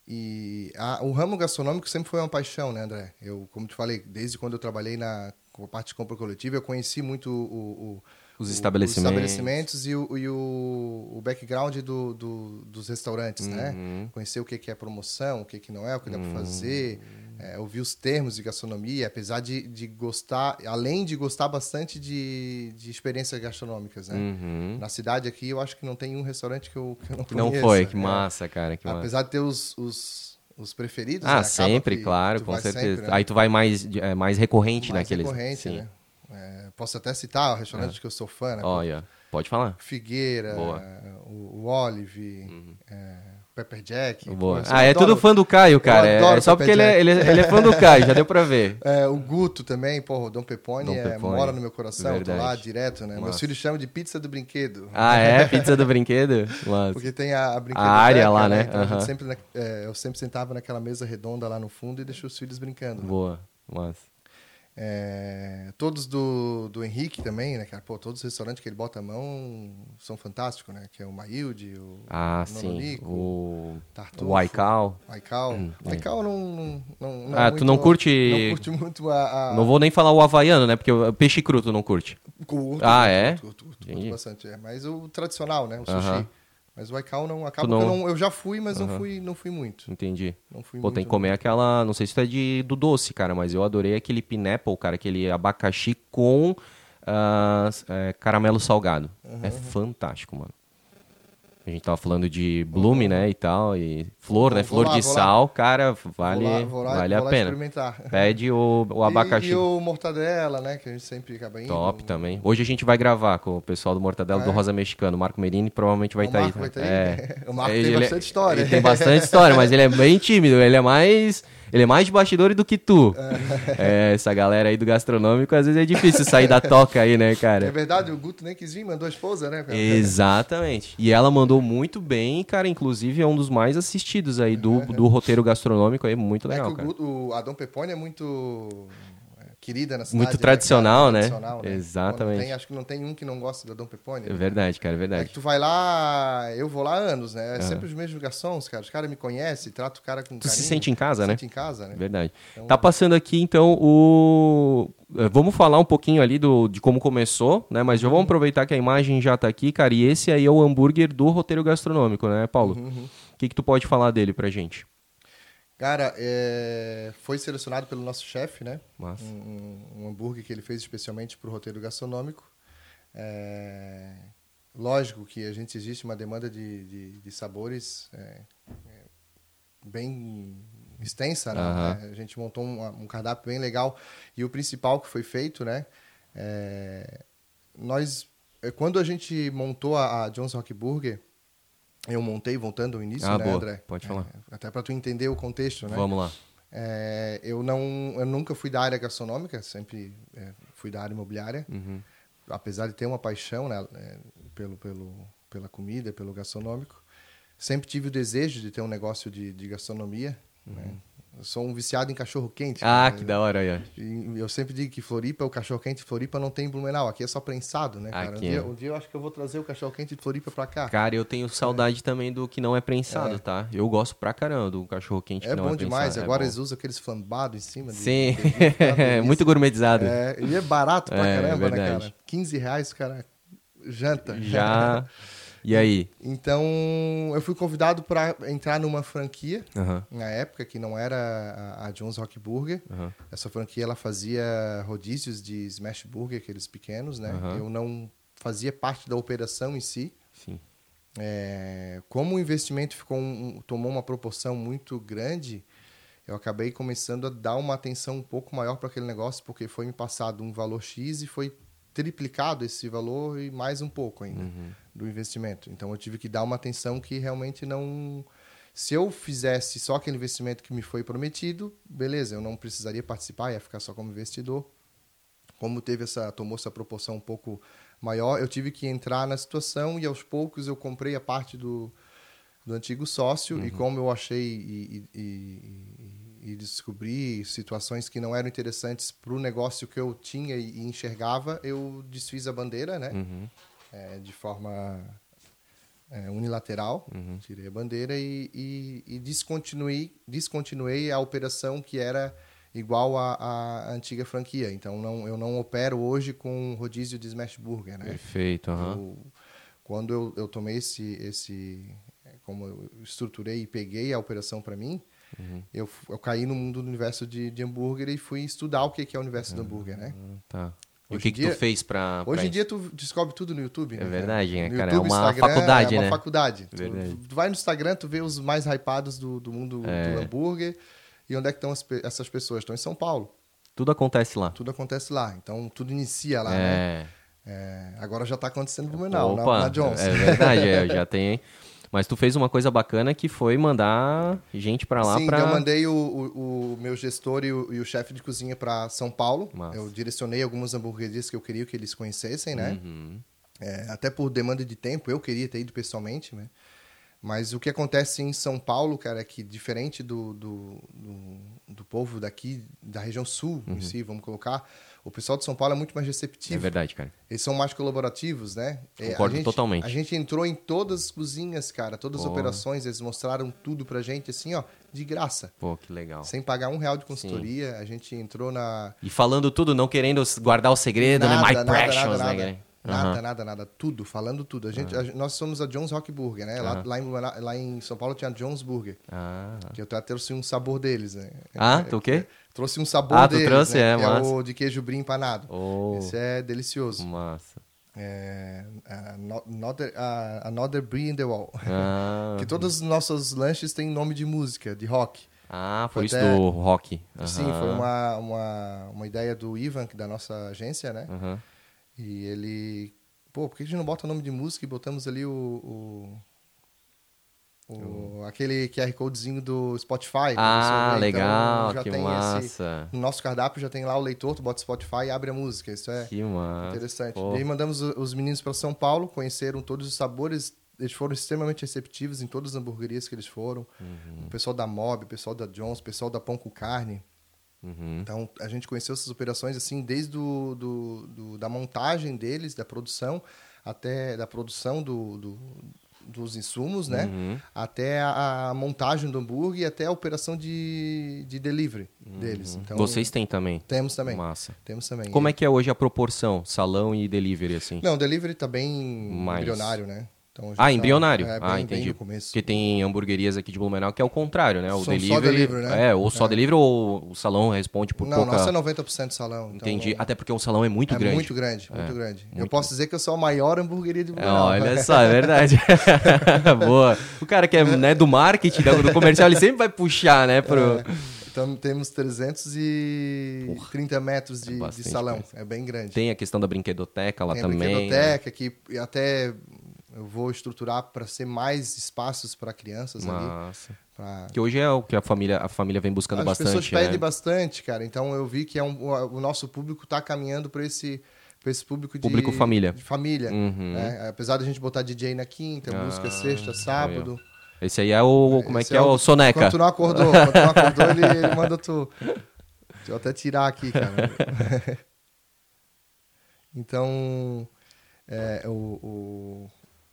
Speaker 2: E a- o ramo gastronômico sempre foi uma paixão, né, André? Eu, como te falei, desde quando eu trabalhei na com a parte de compra coletiva, eu conheci muito o- o-
Speaker 1: Os
Speaker 2: o-
Speaker 1: estabelecimentos.
Speaker 2: os estabelecimentos e o, e o, o background do, do- dos restaurantes,
Speaker 1: Uhum.
Speaker 2: né? Conhecer o que, que é promoção, o que, que não é, o que dá para fazer,
Speaker 1: Uhum.
Speaker 2: é, ouvir os termos de gastronomia, apesar de, de gostar, além de gostar bastante de, de experiências gastronômicas, né? Na cidade aqui, eu acho que não tem um restaurante que eu, que eu não
Speaker 1: Uhum. Que não
Speaker 2: conheça,
Speaker 1: foi, que
Speaker 2: né?
Speaker 1: massa, cara, que massa.
Speaker 2: Apesar de ter os, os, os preferidos, né?
Speaker 1: Ah,
Speaker 2: Acaba
Speaker 1: sempre,
Speaker 2: que
Speaker 1: claro,
Speaker 2: tu
Speaker 1: com
Speaker 2: vai
Speaker 1: certeza.
Speaker 2: sempre, né?
Speaker 1: Aí tu vai mais, de- é, mais recorrente
Speaker 2: Mais
Speaker 1: naqueles.
Speaker 2: recorrente,
Speaker 1: Sim. Ah.
Speaker 2: né? É, posso até citar o restaurante que eu sou fã, né?
Speaker 1: Olha, pode falar.
Speaker 2: Figueira, eh,
Speaker 1: Boa. Uhum.
Speaker 2: o, o Olive, é, o Pepper Jack.
Speaker 1: Boa.
Speaker 2: Nossa, eu
Speaker 1: Ah, é
Speaker 2: adoro-
Speaker 1: tudo fã do Caio, cara. É-
Speaker 2: adoro
Speaker 1: É só porque ele é,
Speaker 2: Pepper
Speaker 1: ele, é- ele é fã do Caio, já deu pra ver.
Speaker 2: É, o Guto também, porra, o Dom Pepone,
Speaker 1: Dom
Speaker 2: é,
Speaker 1: Peponi.
Speaker 2: mora no meu coração, eu tô lá
Speaker 1: Verdade.
Speaker 2: direto, né? Meus
Speaker 1: Massa.
Speaker 2: filhos chamam de pizza do brinquedo.
Speaker 1: Ah, é? Pizza do brinquedo? Mas...
Speaker 2: Porque tem a, a brinquedoteca,
Speaker 1: A área lá, né?
Speaker 2: Então a gente
Speaker 1: Aham.
Speaker 2: sempre na- é, eu sempre sentava naquela mesa redonda lá no fundo e deixei os filhos brincando.
Speaker 1: Boa, mas.
Speaker 2: É, todos do, do Henrique também, né, cara? Pô, todos os restaurantes que ele bota a mão são fantásticos, né? Que é o Mailde, o
Speaker 1: Ah, sim.
Speaker 2: Nonolico,
Speaker 1: O.
Speaker 2: Tartufo.
Speaker 1: O Aikau.
Speaker 2: Aikau.
Speaker 1: é.
Speaker 2: Aikau não, não, não-
Speaker 1: Ah,
Speaker 2: é
Speaker 1: tu não curte-
Speaker 2: Não curte muito a. a...
Speaker 1: Não vou nem falar o havaiano, né? Porque o peixe cru tu não curte.
Speaker 2: Curto,
Speaker 1: Ah, é?
Speaker 2: Curto, curto, curto,
Speaker 1: Entendi.
Speaker 2: bastante. É. Mas o tradicional, né? O sushi.
Speaker 1: Aham.
Speaker 2: Mas o Aikau não acaba.
Speaker 1: Tu não-
Speaker 2: que Eu, não- eu já fui, mas não, fui, não fui muito.
Speaker 1: Entendi.
Speaker 2: Não fui
Speaker 1: Pô,
Speaker 2: muito.
Speaker 1: tem que comer aquela. Não sei se tu é de, do doce, cara, mas eu adorei aquele pineapple, cara, aquele abacaxi com ah, é, caramelo salgado. É fantástico, mano. A gente tava falando de bloom, né, e tal, e flor, né,
Speaker 2: Vou
Speaker 1: flor
Speaker 2: lá,
Speaker 1: de
Speaker 2: vou lá.
Speaker 1: sal, cara,
Speaker 2: Vou
Speaker 1: vale,
Speaker 2: lá- vou lá-
Speaker 1: vale
Speaker 2: vou
Speaker 1: a
Speaker 2: lá
Speaker 1: pena.
Speaker 2: experimentar.
Speaker 1: Pede o, o abacaxi
Speaker 2: E, e o mortadela, né? Que a gente sempre acaba indo.
Speaker 1: top também. Hoje a gente vai gravar com o pessoal do Mortadela do Rosa Mexicano, o Marco Merini provavelmente vai
Speaker 2: É. O
Speaker 1: estar aí.
Speaker 2: Marco vai tá aí?
Speaker 1: É.
Speaker 2: O Marco tem
Speaker 1: é-
Speaker 2: bastante história.
Speaker 1: Ele tem bastante história, mas ele é bem tímido, ele é mais ele é mais de bastidores do que tu. É, essa galera aí do gastronômico às vezes é difícil sair da toca aí, né,
Speaker 2: É
Speaker 1: cara?
Speaker 2: verdade, o Guto nem quis vir, mandou a esposa, né? cara?
Speaker 1: Exatamente. E ela mandou muito bem, cara. Inclusive é um dos mais assistidos aí do, do roteiro gastronômico aí, muito
Speaker 2: É
Speaker 1: legal,
Speaker 2: que o,
Speaker 1: cara.
Speaker 2: Guto, o- a Dom Pepone é muito é, querida na cidade.
Speaker 1: Muito
Speaker 2: né, cara?
Speaker 1: tradicional, né?
Speaker 2: Tradicional, né?
Speaker 1: Exatamente.
Speaker 2: Pô, não tem- acho que não tem um que não gosta da Dom Pepone.
Speaker 1: É
Speaker 2: né?
Speaker 1: verdade, cara, é
Speaker 2: É
Speaker 1: verdade.
Speaker 2: que tu vai lá, eu vou lá há anos, né? É sempre os mesmos garçons, cara. Os caras me conhecem, trato o cara com
Speaker 1: Tu se
Speaker 2: carinho,
Speaker 1: sente em casa, né?
Speaker 2: sente em casa, né?
Speaker 1: Verdade. Tá passando aqui, então, o. eh, Vamos falar um pouquinho ali do, de como começou, né? Mas
Speaker 2: Uhum.
Speaker 1: já vamos aproveitar que a imagem já tá aqui, cara. E esse aí é o hambúrguer do roteiro gastronômico, né, Paulo?
Speaker 2: Uhum,
Speaker 1: O que, que tu pode falar dele pra gente?
Speaker 2: Cara, é, foi selecionado pelo nosso chefe, né?
Speaker 1: Massa.
Speaker 2: Um, um- um hambúrguer que ele fez especialmente para o roteiro gastronômico. É, Lógico que a gente existe uma demanda de, de, de sabores é, é, bem extensa, né?
Speaker 1: Aham.
Speaker 2: A gente montou um, um cardápio bem legal. E o principal que foi feito, né? é, Nós, é, quando a gente montou a, a John's Rock Burger, eu montei voltando ao início,
Speaker 1: Ah,
Speaker 2: né,
Speaker 1: boa.
Speaker 2: André?
Speaker 1: Pode falar.
Speaker 2: É, até para tu entender o contexto, né?
Speaker 1: Vamos lá.
Speaker 2: É, eu não, eu nunca fui da área gastronômica, sempre é, fui da área imobiliária,
Speaker 1: Uhum.
Speaker 2: apesar de ter uma paixão, né, é, pelo, pelo, pela comida, pelo gastronômico. Sempre tive o desejo de ter um negócio de, de gastronomia. Né? Eu sou um viciado em cachorro quente.
Speaker 1: Uhum.
Speaker 2: né,
Speaker 1: Ah, que da hora aí, ó.
Speaker 2: E Eu sempre digo que Floripa, o cachorro-quente de Floripa não tem em Blumenau. Aqui é só prensado, né, cara? Um
Speaker 1: Aqui
Speaker 2: dia,
Speaker 1: é.
Speaker 2: um dia eu acho que eu vou trazer o cachorro-quente de Floripa pra cá.
Speaker 1: Cara, eu tenho saudade também do que não é prensado, tá? Eu gosto pra caramba do cachorro quente
Speaker 2: É
Speaker 1: que não
Speaker 2: bom
Speaker 1: é prensado.
Speaker 2: demais.
Speaker 1: é
Speaker 2: Agora
Speaker 1: bom.
Speaker 2: eles né? usam aqueles flambados em cima. de-
Speaker 1: Sim,
Speaker 2: de- de- de-
Speaker 1: é muito gourmetizado.
Speaker 2: É, e é barato pra
Speaker 1: É,
Speaker 2: caramba, né,
Speaker 1: verdade.
Speaker 2: cara? 15 reais, cara, janta.
Speaker 1: Já.
Speaker 2: É.
Speaker 1: E aí?
Speaker 2: Então, eu fui convidado pra entrar numa franquia,
Speaker 1: Aham.
Speaker 2: na época, que não era a- a John's Rock Burger.
Speaker 1: Aham.
Speaker 2: Essa franquia, ela fazia rodízios de smash burger, aqueles pequenos, né?
Speaker 1: Aham.
Speaker 2: Eu não fazia parte da operação em si.
Speaker 1: Sim.
Speaker 2: É, como o investimento ficou um- um- tomou uma proporção muito grande, eu acabei começando a dar uma atenção um pouco maior para aquele negócio, porque foi me passado um valor X e foi triplicado esse valor e mais um pouco ainda uhum. do investimento. Então eu tive que dar uma atenção que realmente não. Se eu fizesse só aquele investimento que me foi prometido, beleza, eu não precisaria participar, ia ficar só como investidor. Como teve essa, tomou essa proporção um pouco maior, eu tive que entrar na situação e aos poucos eu comprei a parte do, do antigo sócio uhum. e como eu achei e, e, e, e, descobri situações que não eram interessantes para o negócio que eu tinha e, enxergava, eu desfiz a bandeira, né? Uhum. É, de forma é, unilateral, uhum. tirei a bandeira e, descontinuei, descontinuei a operação que era igual à, antiga franquia. Então, não, eu não opero hoje com rodízio de smash burger, né?
Speaker 1: Perfeito, uhum.
Speaker 2: eu, quando eu, eu tomei esse, esse, como eu estruturei e peguei a operação para mim, uhum. eu, eu caí no mundo do universo de, de hambúrguer e fui estudar o que, que é o universo uhum. do hambúrguer, né?
Speaker 1: Tá. E hoje o que, dia, que tu fez para.
Speaker 2: Hoje em dia tu descobre tudo no YouTube,
Speaker 1: É
Speaker 2: né?
Speaker 1: verdade,
Speaker 2: né,
Speaker 1: cara? YouTube, é uma Instagram, faculdade,
Speaker 2: é
Speaker 1: uma
Speaker 2: né? faculdade. Tu, tu, vai no Instagram, tu vê os mais hypados do, do mundo é. do hambúrguer. E onde é que estão as, essas pessoas? Estão em São Paulo.
Speaker 1: Tudo acontece lá.
Speaker 2: Tudo acontece lá. Então tudo inicia lá, é. né? É, agora já está acontecendo no Blumenau, Opa, na, na Johnson.
Speaker 1: É verdade, é, já tem, hein? Mas tu fez uma coisa bacana que foi mandar gente para lá.
Speaker 2: Sim,
Speaker 1: pra...
Speaker 2: eu mandei o, o, o meu gestor e o, e o, chefe de cozinha para São Paulo. Massa. Eu direcionei algumas hamburguerias que eu queria que eles conhecessem, né? Uhum. É, até por demanda de tempo, eu queria ter ido pessoalmente, né? Mas o que acontece em São Paulo, cara, é que diferente do, do, do, do povo daqui, da região sul uhum. em si, vamos colocar, o pessoal de São Paulo é muito mais receptivo.
Speaker 1: É verdade, cara.
Speaker 2: Eles são mais colaborativos, né?
Speaker 1: Concordo
Speaker 2: a gente,
Speaker 1: totalmente.
Speaker 2: A gente entrou em todas as cozinhas, cara, todas Pô. as operações, eles mostraram tudo pra gente, assim, ó, de graça.
Speaker 1: Pô, que legal.
Speaker 2: Sem pagar um real de consultoria, Sim. a gente entrou na.
Speaker 1: E falando tudo, não querendo guardar o segredo,
Speaker 2: nada,
Speaker 1: né? My
Speaker 2: nada,
Speaker 1: precious,
Speaker 2: nada,
Speaker 1: né,
Speaker 2: Nada, uhum. nada, nada. Tudo, falando tudo. A gente, uhum. a, nós somos a Jones Rock Burger, né? Uhum. Lá, lá, em, lá, em, São Paulo tinha a Jones Burger. Que eu até trouxe um sabor deles, né?
Speaker 1: Ah, tu o quê?
Speaker 2: Trouxe um sabor
Speaker 1: ah,
Speaker 2: deles,
Speaker 1: trouxe?
Speaker 2: Né?
Speaker 1: É,
Speaker 2: que
Speaker 1: massa.
Speaker 2: é o de queijo brie empanado.
Speaker 1: Oh.
Speaker 2: Esse é delicioso.
Speaker 1: Massa.
Speaker 2: É, another, uh, another Brie in the Wall. que todos os nossos lanches têm nome de música, de rock.
Speaker 1: Ah, foi, foi isso até... do rock.
Speaker 2: Sim, foi uma, uma, uma ideia do Ivan, da nossa agência, né? E ele. Pô, por que a gente não bota o nome de música e botamos ali o. o, o aquele QR Codezinho do Spotify.
Speaker 1: Ah, né? legal, então, já que tem massa.
Speaker 2: Esse, no nosso cardápio já tem lá o leitor, tu bota Spotify e abre a música. Isso é
Speaker 1: que massa.
Speaker 2: interessante. Então, Pô. E aí mandamos os meninos para São Paulo, conheceram todos os sabores. Eles foram extremamente receptivos em todas as hamburguerias que eles foram. Uhum. O pessoal da Mob, o pessoal da Jones, o pessoal da Pão com Carne. Uhum. Então, a gente conheceu essas operações assim, desde do, do, do, da montagem deles, da produção, até da produção dos insumos, né? Uhum. Até a, a, montagem do hambúrguer e até a operação de, de delivery uhum. deles. Então,
Speaker 1: Vocês têm também?
Speaker 2: Temos também.
Speaker 1: Massa.
Speaker 2: Temos também.
Speaker 1: Como é que é hoje a proporção, salão e delivery, assim?
Speaker 2: Não, delivery tá bem Mais... milionário, né?
Speaker 1: Então, ah, embrionário?
Speaker 2: É,
Speaker 1: bem,
Speaker 2: ah,
Speaker 1: entendi.
Speaker 2: começo.
Speaker 1: Porque tem hamburguerias aqui de Blumenau que é o contrário, né? O
Speaker 2: São
Speaker 1: delivery,
Speaker 2: delivery né?
Speaker 1: É, ou só é. delivery ou o salão responde por
Speaker 2: não,
Speaker 1: pouca...
Speaker 2: Não, nossa é 90% salão. Então
Speaker 1: entendi. Não... Até porque o salão é muito
Speaker 2: é
Speaker 1: grande.
Speaker 2: muito grande, muito grande. Muito... Eu posso dizer que eu sou a maior hamburgueria de Blumenau. né?
Speaker 1: olha só, é verdade. Boa. O cara que é né, do marketing, do comercial, ele sempre vai puxar, né? Pro...
Speaker 2: Então temos 330 Porra, metros de, de salão. Coisa. É bem grande.
Speaker 1: Tem a questão da brinquedoteca lá
Speaker 2: Tem
Speaker 1: também.
Speaker 2: brinquedoteca, né? que até eu vou estruturar para ser mais espaços para crianças Nossa. ali. Pra...
Speaker 1: Que hoje é o que a família, a família vem buscando
Speaker 2: As
Speaker 1: bastante.
Speaker 2: As pessoas
Speaker 1: né?
Speaker 2: pedem bastante, cara. Então eu vi que é um, o nosso público está caminhando para esse para esse público de
Speaker 1: público família,
Speaker 2: de família uhum. né? apesar da gente botar DJ na quinta, ah, música sexta, sábado.
Speaker 1: Esse aí é o como é esse que é, é o, o soneca.
Speaker 2: Quando tu não acordou, quando tu não acordou ele, ele manda tu. Deixa eu até tirar aqui, cara. então, é, o, o...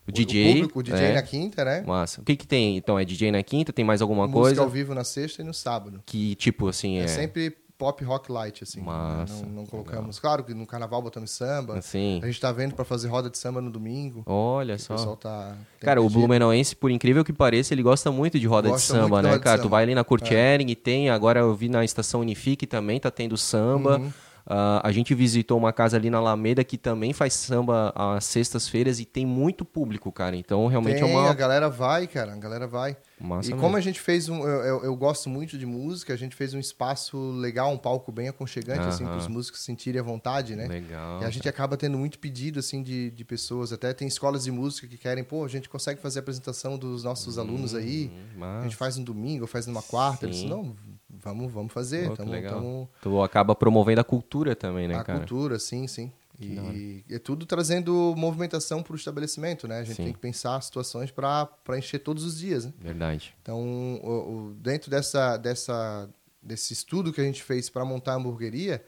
Speaker 1: O DJ.
Speaker 2: O, público, o DJ
Speaker 1: é.
Speaker 2: na quinta, né?
Speaker 1: Massa. O que que tem? Então, é DJ na quinta? Tem mais alguma
Speaker 2: Música
Speaker 1: coisa?
Speaker 2: Música ao vivo na sexta e no sábado.
Speaker 1: Que tipo, assim, é...
Speaker 2: É sempre pop rock light, assim.
Speaker 1: Massa.
Speaker 2: Não, não colocamos... Legal. Claro que no carnaval botamos samba.
Speaker 1: Assim.
Speaker 2: A gente tá vendo para fazer roda de samba no domingo.
Speaker 1: Olha só.
Speaker 2: O pessoal tá...
Speaker 1: Cara, pedido. o Blumenauense, por incrível que pareça, ele gosta muito de roda
Speaker 2: gosta
Speaker 1: de samba, né,
Speaker 2: roda de
Speaker 1: cara?
Speaker 2: samba.
Speaker 1: Tu vai ali na Curtiering é. e tem... Agora eu vi na Estação Unifique também, tá tendo samba.
Speaker 2: Uhum.
Speaker 1: Ah, a gente visitou uma casa ali na Alameda que também faz samba às sextas-feiras e tem muito público, cara. Então realmente
Speaker 2: Tem,
Speaker 1: é uma.
Speaker 2: A galera vai, cara, a galera vai.
Speaker 1: Massa
Speaker 2: e
Speaker 1: mesmo.
Speaker 2: como a gente fez um. Eu, eu- eu gosto muito de música, a gente fez um espaço legal, um palco bem aconchegante, assim,
Speaker 1: Aham.
Speaker 2: para os músicos se sentirem à vontade, né?
Speaker 1: Legal.
Speaker 2: E a gente acaba tendo muito pedido, assim, de, de pessoas. Até tem escolas de música que querem, pô, a gente consegue fazer a apresentação dos nossos alunos aí.
Speaker 1: Hum,
Speaker 2: A
Speaker 1: massa.
Speaker 2: gente faz no domingo, faz numa quarta. Eles,
Speaker 1: Sim.
Speaker 2: não, vamos, vamos fazer.
Speaker 1: Pô, que
Speaker 2: tamo-
Speaker 1: legal.
Speaker 2: tamo-
Speaker 1: Tu acaba promovendo a cultura também, né,
Speaker 2: a
Speaker 1: cara?
Speaker 2: cultura, sim, sim.
Speaker 1: da hora.
Speaker 2: E é tudo trazendo movimentação para o estabelecimento, né? A gente
Speaker 1: Sim.
Speaker 2: tem que pensar situações para encher todos os dias, né?
Speaker 1: Verdade.
Speaker 2: Então, o- o- dentro dessa, dessa, desse estudo que a gente fez para montar a hamburgueria,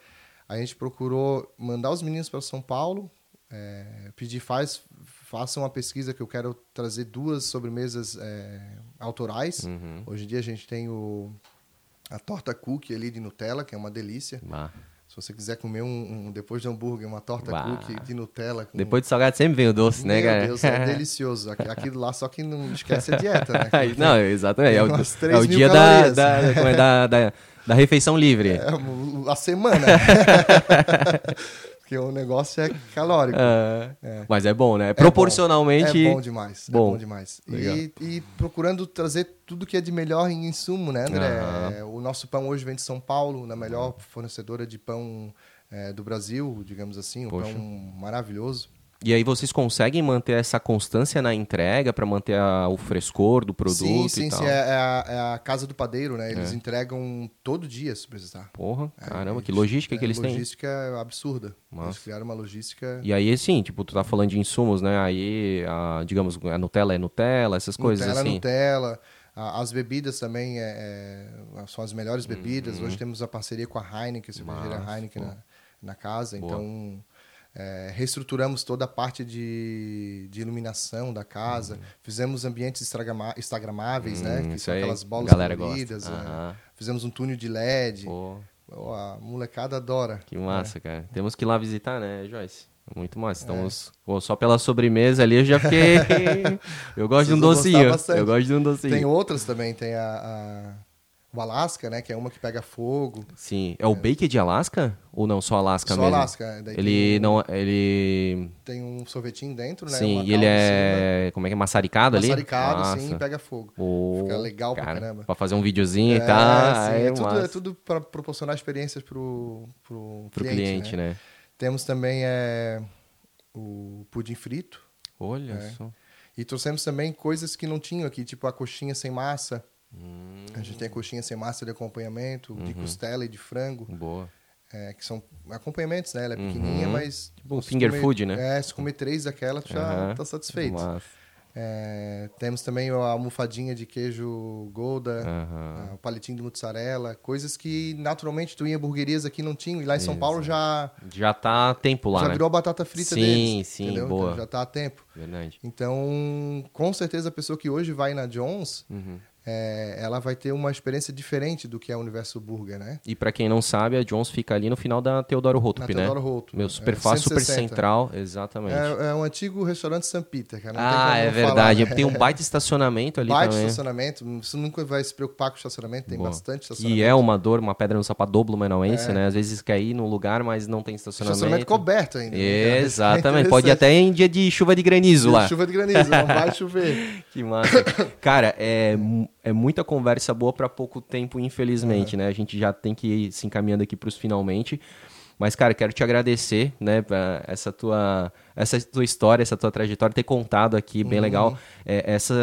Speaker 2: a gente procurou mandar os meninos para São Paulo, é, pedir faz, façam uma pesquisa que eu quero trazer duas sobremesas é, autorais.
Speaker 1: Uhum.
Speaker 2: Hoje em dia a gente tem o, a torta cookie ali de Nutella, que é uma delícia.
Speaker 1: Bah.
Speaker 2: Se você quiser comer um, um- depois de hambúrguer, uma torta
Speaker 1: Bah.
Speaker 2: cookie de Nutella. Com...
Speaker 1: Depois do salgado sempre vem o doce, né,
Speaker 2: Meu
Speaker 1: cara?
Speaker 2: Deus, é delicioso. Aqui- Aquilo lá, só que não esquece a dieta, né?
Speaker 1: Não, exatamente. É o,
Speaker 2: Tem umas
Speaker 1: é
Speaker 2: 3
Speaker 1: o
Speaker 2: mil
Speaker 1: dia da,
Speaker 2: calorias.
Speaker 1: da- como é, da, da, da refeição livre.
Speaker 2: É, o- a semana. Porque o negócio é calórico.
Speaker 1: Ah, Mas é bom, né?
Speaker 2: bom.
Speaker 1: Proporcionalmente.
Speaker 2: É bom demais.
Speaker 1: Bom.
Speaker 2: É bom demais.
Speaker 1: Legal.
Speaker 2: E, e procurando trazer tudo que é de melhor em insumo, né, André?
Speaker 1: Aham.
Speaker 2: É, O nosso pão hoje vem de São Paulo, na melhor fornecedora de pão é, do Brasil, digamos assim. Um
Speaker 1: Poxa.
Speaker 2: pão maravilhoso.
Speaker 1: E aí vocês conseguem manter essa constância na entrega pra manter a- o frescor do produto
Speaker 2: sim,
Speaker 1: e
Speaker 2: sim,
Speaker 1: tal?
Speaker 2: sim. É, é a, é a casa do padeiro, né? Eles entregam todo dia, se precisar.
Speaker 1: Porra,
Speaker 2: É,
Speaker 1: caramba, que
Speaker 2: eles-
Speaker 1: logística
Speaker 2: é,
Speaker 1: que eles têm.
Speaker 2: Logística absurda. Eles
Speaker 1: Massa.
Speaker 2: criaram uma logística
Speaker 1: E aí, assim, tipo, tu tá falando de insumos, né? Aí, a, digamos, a Nutella é Nutella, essas coisas
Speaker 2: Nutella,
Speaker 1: assim.
Speaker 2: Nutella. A- As bebidas também é, é, são as melhores bebidas. Hoje temos a parceria com a Heineken, a cervejaria
Speaker 1: Uhum. Massa,
Speaker 2: Heineken
Speaker 1: pô.
Speaker 2: na, na casa.
Speaker 1: Boa.
Speaker 2: Então, é, reestruturamos toda a parte de, de iluminação da casa. Fizemos ambientes estragama- instagramáveis, né?
Speaker 1: Hum,
Speaker 2: Que
Speaker 1: Uhum. isso
Speaker 2: são
Speaker 1: aí,
Speaker 2: aquelas bolas
Speaker 1: galera gosta.
Speaker 2: coloridas. né?
Speaker 1: Aham.
Speaker 2: Fizemos um túnel de LED.
Speaker 1: Pô,
Speaker 2: Pô, a molecada adora.
Speaker 1: que
Speaker 2: É.
Speaker 1: massa, cara. Temos que ir lá visitar, né, Joyce? Muito massa. Estamos pô, só pela sobremesa ali, eu já fiquei. eu gosto de um
Speaker 2: Vocês vão gostar
Speaker 1: docinho.
Speaker 2: bastante.
Speaker 1: Eu gosto de um docinho.
Speaker 2: Tem outras também. Tem a, a- o Alasca, né? Que é uma que pega fogo.
Speaker 1: Sim, é o Bake de Alaska ou não só Alaska
Speaker 2: Só
Speaker 1: mesmo?
Speaker 2: Alasca. é, Daí
Speaker 1: Ele
Speaker 2: tem- um
Speaker 1: não, ele
Speaker 2: tem um sorvetinho dentro, né?
Speaker 1: sim,
Speaker 2: Uma
Speaker 1: e ele
Speaker 2: calda
Speaker 1: é como é que é maçaricado
Speaker 2: em
Speaker 1: ali?
Speaker 2: cima. Maçaricado, sim, e
Speaker 1: Massa.
Speaker 2: assim, pega fogo.
Speaker 1: Pô,
Speaker 2: Fica legal pra caramba.
Speaker 1: Pra fazer um videozinho e
Speaker 2: É,
Speaker 1: tal,
Speaker 2: sim,
Speaker 1: aí
Speaker 2: é,
Speaker 1: é
Speaker 2: tudo,
Speaker 1: massa.
Speaker 2: é tudo pra proporcionar experiências pro, pro,
Speaker 1: pro cliente, né?
Speaker 2: Temos também é, o pudim frito.
Speaker 1: Olha só.
Speaker 2: E trouxemos também coisas que não tinham aqui, tipo a coxinha sem massa. A gente
Speaker 1: Hum.
Speaker 2: tem a coxinha sem massa de acompanhamento,
Speaker 1: Uhum.
Speaker 2: de costela e de frango,
Speaker 1: Boa.
Speaker 2: é, que são acompanhamentos, né? Ela é pequenininha, mas...
Speaker 1: Tipo um
Speaker 2: se
Speaker 1: finger
Speaker 2: comer-
Speaker 1: food, né?
Speaker 2: É, se comer três daquela, tu já
Speaker 1: Aham.
Speaker 2: tá satisfeito.
Speaker 1: Massa.
Speaker 2: É, temos também a almofadinha de queijo Golda,
Speaker 1: Aham.
Speaker 2: ah, o palitinho de mozzarella, coisas que naturalmente tu em hamburguerias aqui não tinha. E lá em São Paulo já,
Speaker 1: Já tá há tempo lá,
Speaker 2: já
Speaker 1: né?
Speaker 2: virou a batata frita
Speaker 1: Sim,
Speaker 2: deles.
Speaker 1: sim,
Speaker 2: entendeu?
Speaker 1: boa.
Speaker 2: Então já tá a tempo.
Speaker 1: Verdade.
Speaker 2: Então, com certeza a pessoa que hoje vai na Jones,
Speaker 1: Uhum.
Speaker 2: é, ela vai ter uma experiência diferente do que é o universo burger, né?
Speaker 1: E pra quem não sabe, a Jones fica ali no final da Teodoro Rotup,
Speaker 2: Na
Speaker 1: né?
Speaker 2: Teodoro é. Roto.
Speaker 1: Meu super fácil, super
Speaker 2: 160.
Speaker 1: central, exatamente.
Speaker 2: É, é um antigo restaurante San Peter, cara. Não tem como
Speaker 1: ah, é
Speaker 2: não falar,
Speaker 1: verdade.
Speaker 2: né?
Speaker 1: Tem um baita estacionamento ali
Speaker 2: Baita
Speaker 1: também.
Speaker 2: estacionamento, você nunca vai se preocupar com o estacionamento, tem
Speaker 1: Boa.
Speaker 2: bastante
Speaker 1: Que
Speaker 2: estacionamento. É.
Speaker 1: é uma dor, uma pedra no sapato do blumenauense, né? Às vezes quer ir num lugar, mas não tem estacionamento.
Speaker 2: Estacionamento coberto ainda. né?
Speaker 1: Exatamente.
Speaker 2: É
Speaker 1: Pode ir até em dia de chuva de granizo lá.
Speaker 2: Chuva de granizo, não vai chover.
Speaker 1: Que massa. Cara, é, mu- é muita conversa boa pra pouco tempo, infelizmente, né? A gente já tem que ir se encaminhando aqui pros finalmente. Mas, cara, quero te agradecer, né, pra essa tua, essa tua história, essa tua trajetória, ter contado aqui, bem legal. É, essa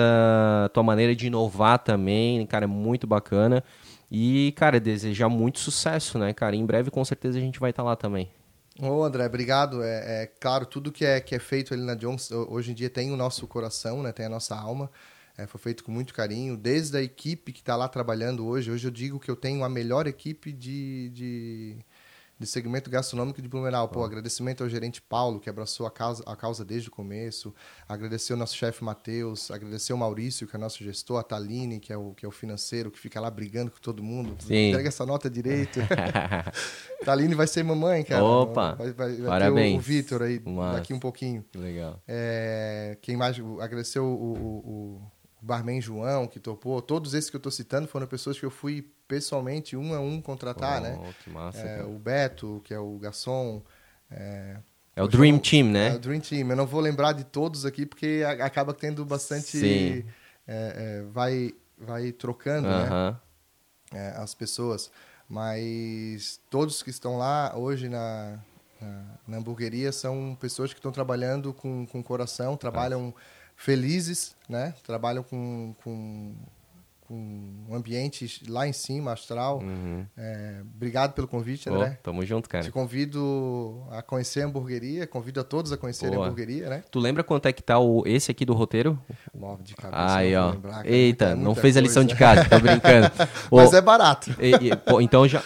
Speaker 1: tua maneira de inovar também, cara, é muito bacana. E, cara, desejar muito sucesso, né, cara? Em breve, com certeza, a gente vai estar lá também.
Speaker 2: Ô, André, obrigado. É, é claro, tudo que é, que é feito ali na Jones, ho- hoje em dia tem o nosso coração, né? tem a nossa alma. É, foi feito com muito carinho, desde a equipe que está lá trabalhando hoje. Hoje eu digo que eu tenho a melhor equipe de, de, de segmento gastronômico de Blumenau. Pô, agradecimento ao gerente Paulo, que abraçou a causa, a causa desde o começo. Agradecer ao nosso chefe Matheus, agradecer ao Maurício, que é nosso gestor, a Taline, que é o, que é o financeiro, que fica lá brigando com todo mundo.
Speaker 1: Sim.
Speaker 2: Entrega essa nota direito. Taline vai ser mamãe, cara.
Speaker 1: Opa!
Speaker 2: Vai, vai- vai ter
Speaker 1: Parabéns.
Speaker 2: o, o Vitor aí
Speaker 1: Massa.
Speaker 2: daqui um pouquinho.
Speaker 1: Legal.
Speaker 2: É, quem mais? o- Agradeceu o, o- o- o Barman João, que topou. Todos esses que eu tô citando foram pessoas que eu fui pessoalmente, um a um, contratar,
Speaker 1: Oh,
Speaker 2: né?
Speaker 1: Que massa.
Speaker 2: É,
Speaker 1: cara.
Speaker 2: o Beto, que é o garçom. É,
Speaker 1: É o
Speaker 2: João-
Speaker 1: Dream Team, né?
Speaker 2: é o Dream Team. Eu não vou lembrar de todos aqui, porque a- acaba tendo bastante...
Speaker 1: Sim.
Speaker 2: é, é, vai, vai trocando, né?
Speaker 1: Aham.
Speaker 2: é, as pessoas. Mas todos que estão lá hoje na, na, na hamburgueria são pessoas que estão trabalhando com, com coração, trabalham felizes, né? Trabalham com, com, com um ambiente lá em cima, astral. É, obrigado pelo convite,
Speaker 1: Pô,
Speaker 2: André.
Speaker 1: tamo junto, Uhum. cara.
Speaker 2: Te convido a conhecer a hamburgueria, convido a todos a conhecerem
Speaker 1: Boa.
Speaker 2: a hamburgueria, né?
Speaker 1: Tu lembra quanto é que tá o, esse aqui do roteiro?
Speaker 2: Nove de cabeça.
Speaker 1: Aí,
Speaker 2: eu vou
Speaker 1: ó.
Speaker 2: lembrar, cara,
Speaker 1: Eita,
Speaker 2: é
Speaker 1: não
Speaker 2: muita
Speaker 1: fez a lição
Speaker 2: coisa.
Speaker 1: de casa, tô brincando. Ô,
Speaker 2: Mas é barato.
Speaker 1: e- e, pô, então já.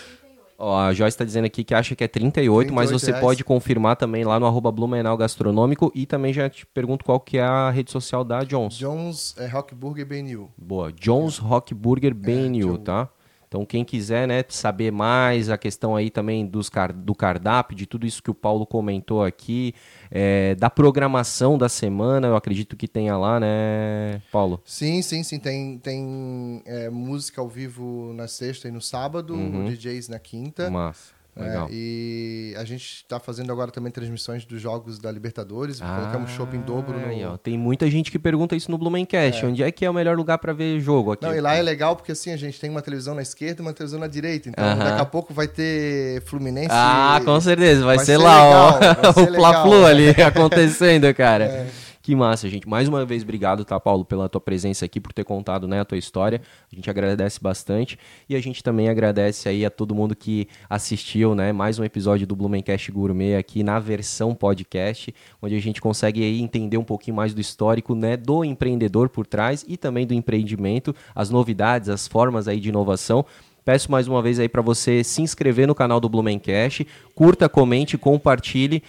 Speaker 1: Ó, a Joyce está dizendo aqui que acha que é 38, mas
Speaker 2: 38
Speaker 1: você
Speaker 2: reais.
Speaker 1: pode confirmar também lá no arroba Blumenau Gastronômico e também já te pergunto qual que é a rede social da Jones.
Speaker 2: Jones é Rock Burger BNU.
Speaker 1: Boa,
Speaker 2: É.
Speaker 1: Jones Rock Burger BNU,
Speaker 2: Jones.
Speaker 1: tá? Então quem quiser, né, saber mais a questão aí também dos car- do cardápio, de tudo isso que o Paulo comentou aqui, é, da programação da semana, eu acredito que tenha lá, né, Paulo?
Speaker 2: Sim, sim, sim. Tem, tem é, música ao vivo na sexta e no sábado, DJs na quinta.
Speaker 1: Massa,
Speaker 2: né?
Speaker 1: Uhum. legal.
Speaker 2: E a gente está fazendo agora também transmissões dos jogos da Libertadores.
Speaker 1: Ah,
Speaker 2: Colocamos show em dobro
Speaker 1: aí, ó.
Speaker 2: no.
Speaker 1: Tem muita gente que pergunta isso no Blumencast. Onde é que é o melhor lugar pra ver jogo aqui?
Speaker 2: Não, e lá é legal porque assim, a gente tem uma televisão na esquerda e uma televisão na direita. Então
Speaker 1: Aham.
Speaker 2: daqui a pouco vai ter Fluminense.
Speaker 1: Ah, com certeza. Vai,
Speaker 2: vai
Speaker 1: ser,
Speaker 2: ser
Speaker 1: lá,
Speaker 2: legal,
Speaker 1: ó.
Speaker 2: vai ser
Speaker 1: o Pla-Flu
Speaker 2: legal. É.
Speaker 1: ali acontecendo, cara. Que massa, gente. Mais uma vez, obrigado, tá, Paulo, pela tua presença aqui, por ter contado né, a tua história. A gente agradece bastante. E a gente também agradece aí a todo mundo que assistiu, né? Mais um episódio do Blumencast Gourmet aqui na versão podcast, onde a gente consegue aí entender um pouquinho mais do histórico, né? Do empreendedor por trás e também do empreendimento, as novidades, as formas aí de inovação. Peço mais uma vez aí para você se inscrever no canal do Blumencast, curta, comente, compartilhe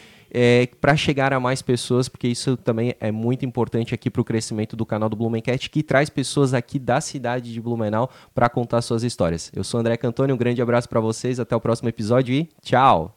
Speaker 1: para chegar a mais pessoas, porque isso também é muito importante aqui para o crescimento do canal do Blumencast, que traz pessoas aqui da cidade de Blumenau para contar suas histórias. Eu sou André Cantoni, um grande abraço para vocês, até o próximo episódio e tchau!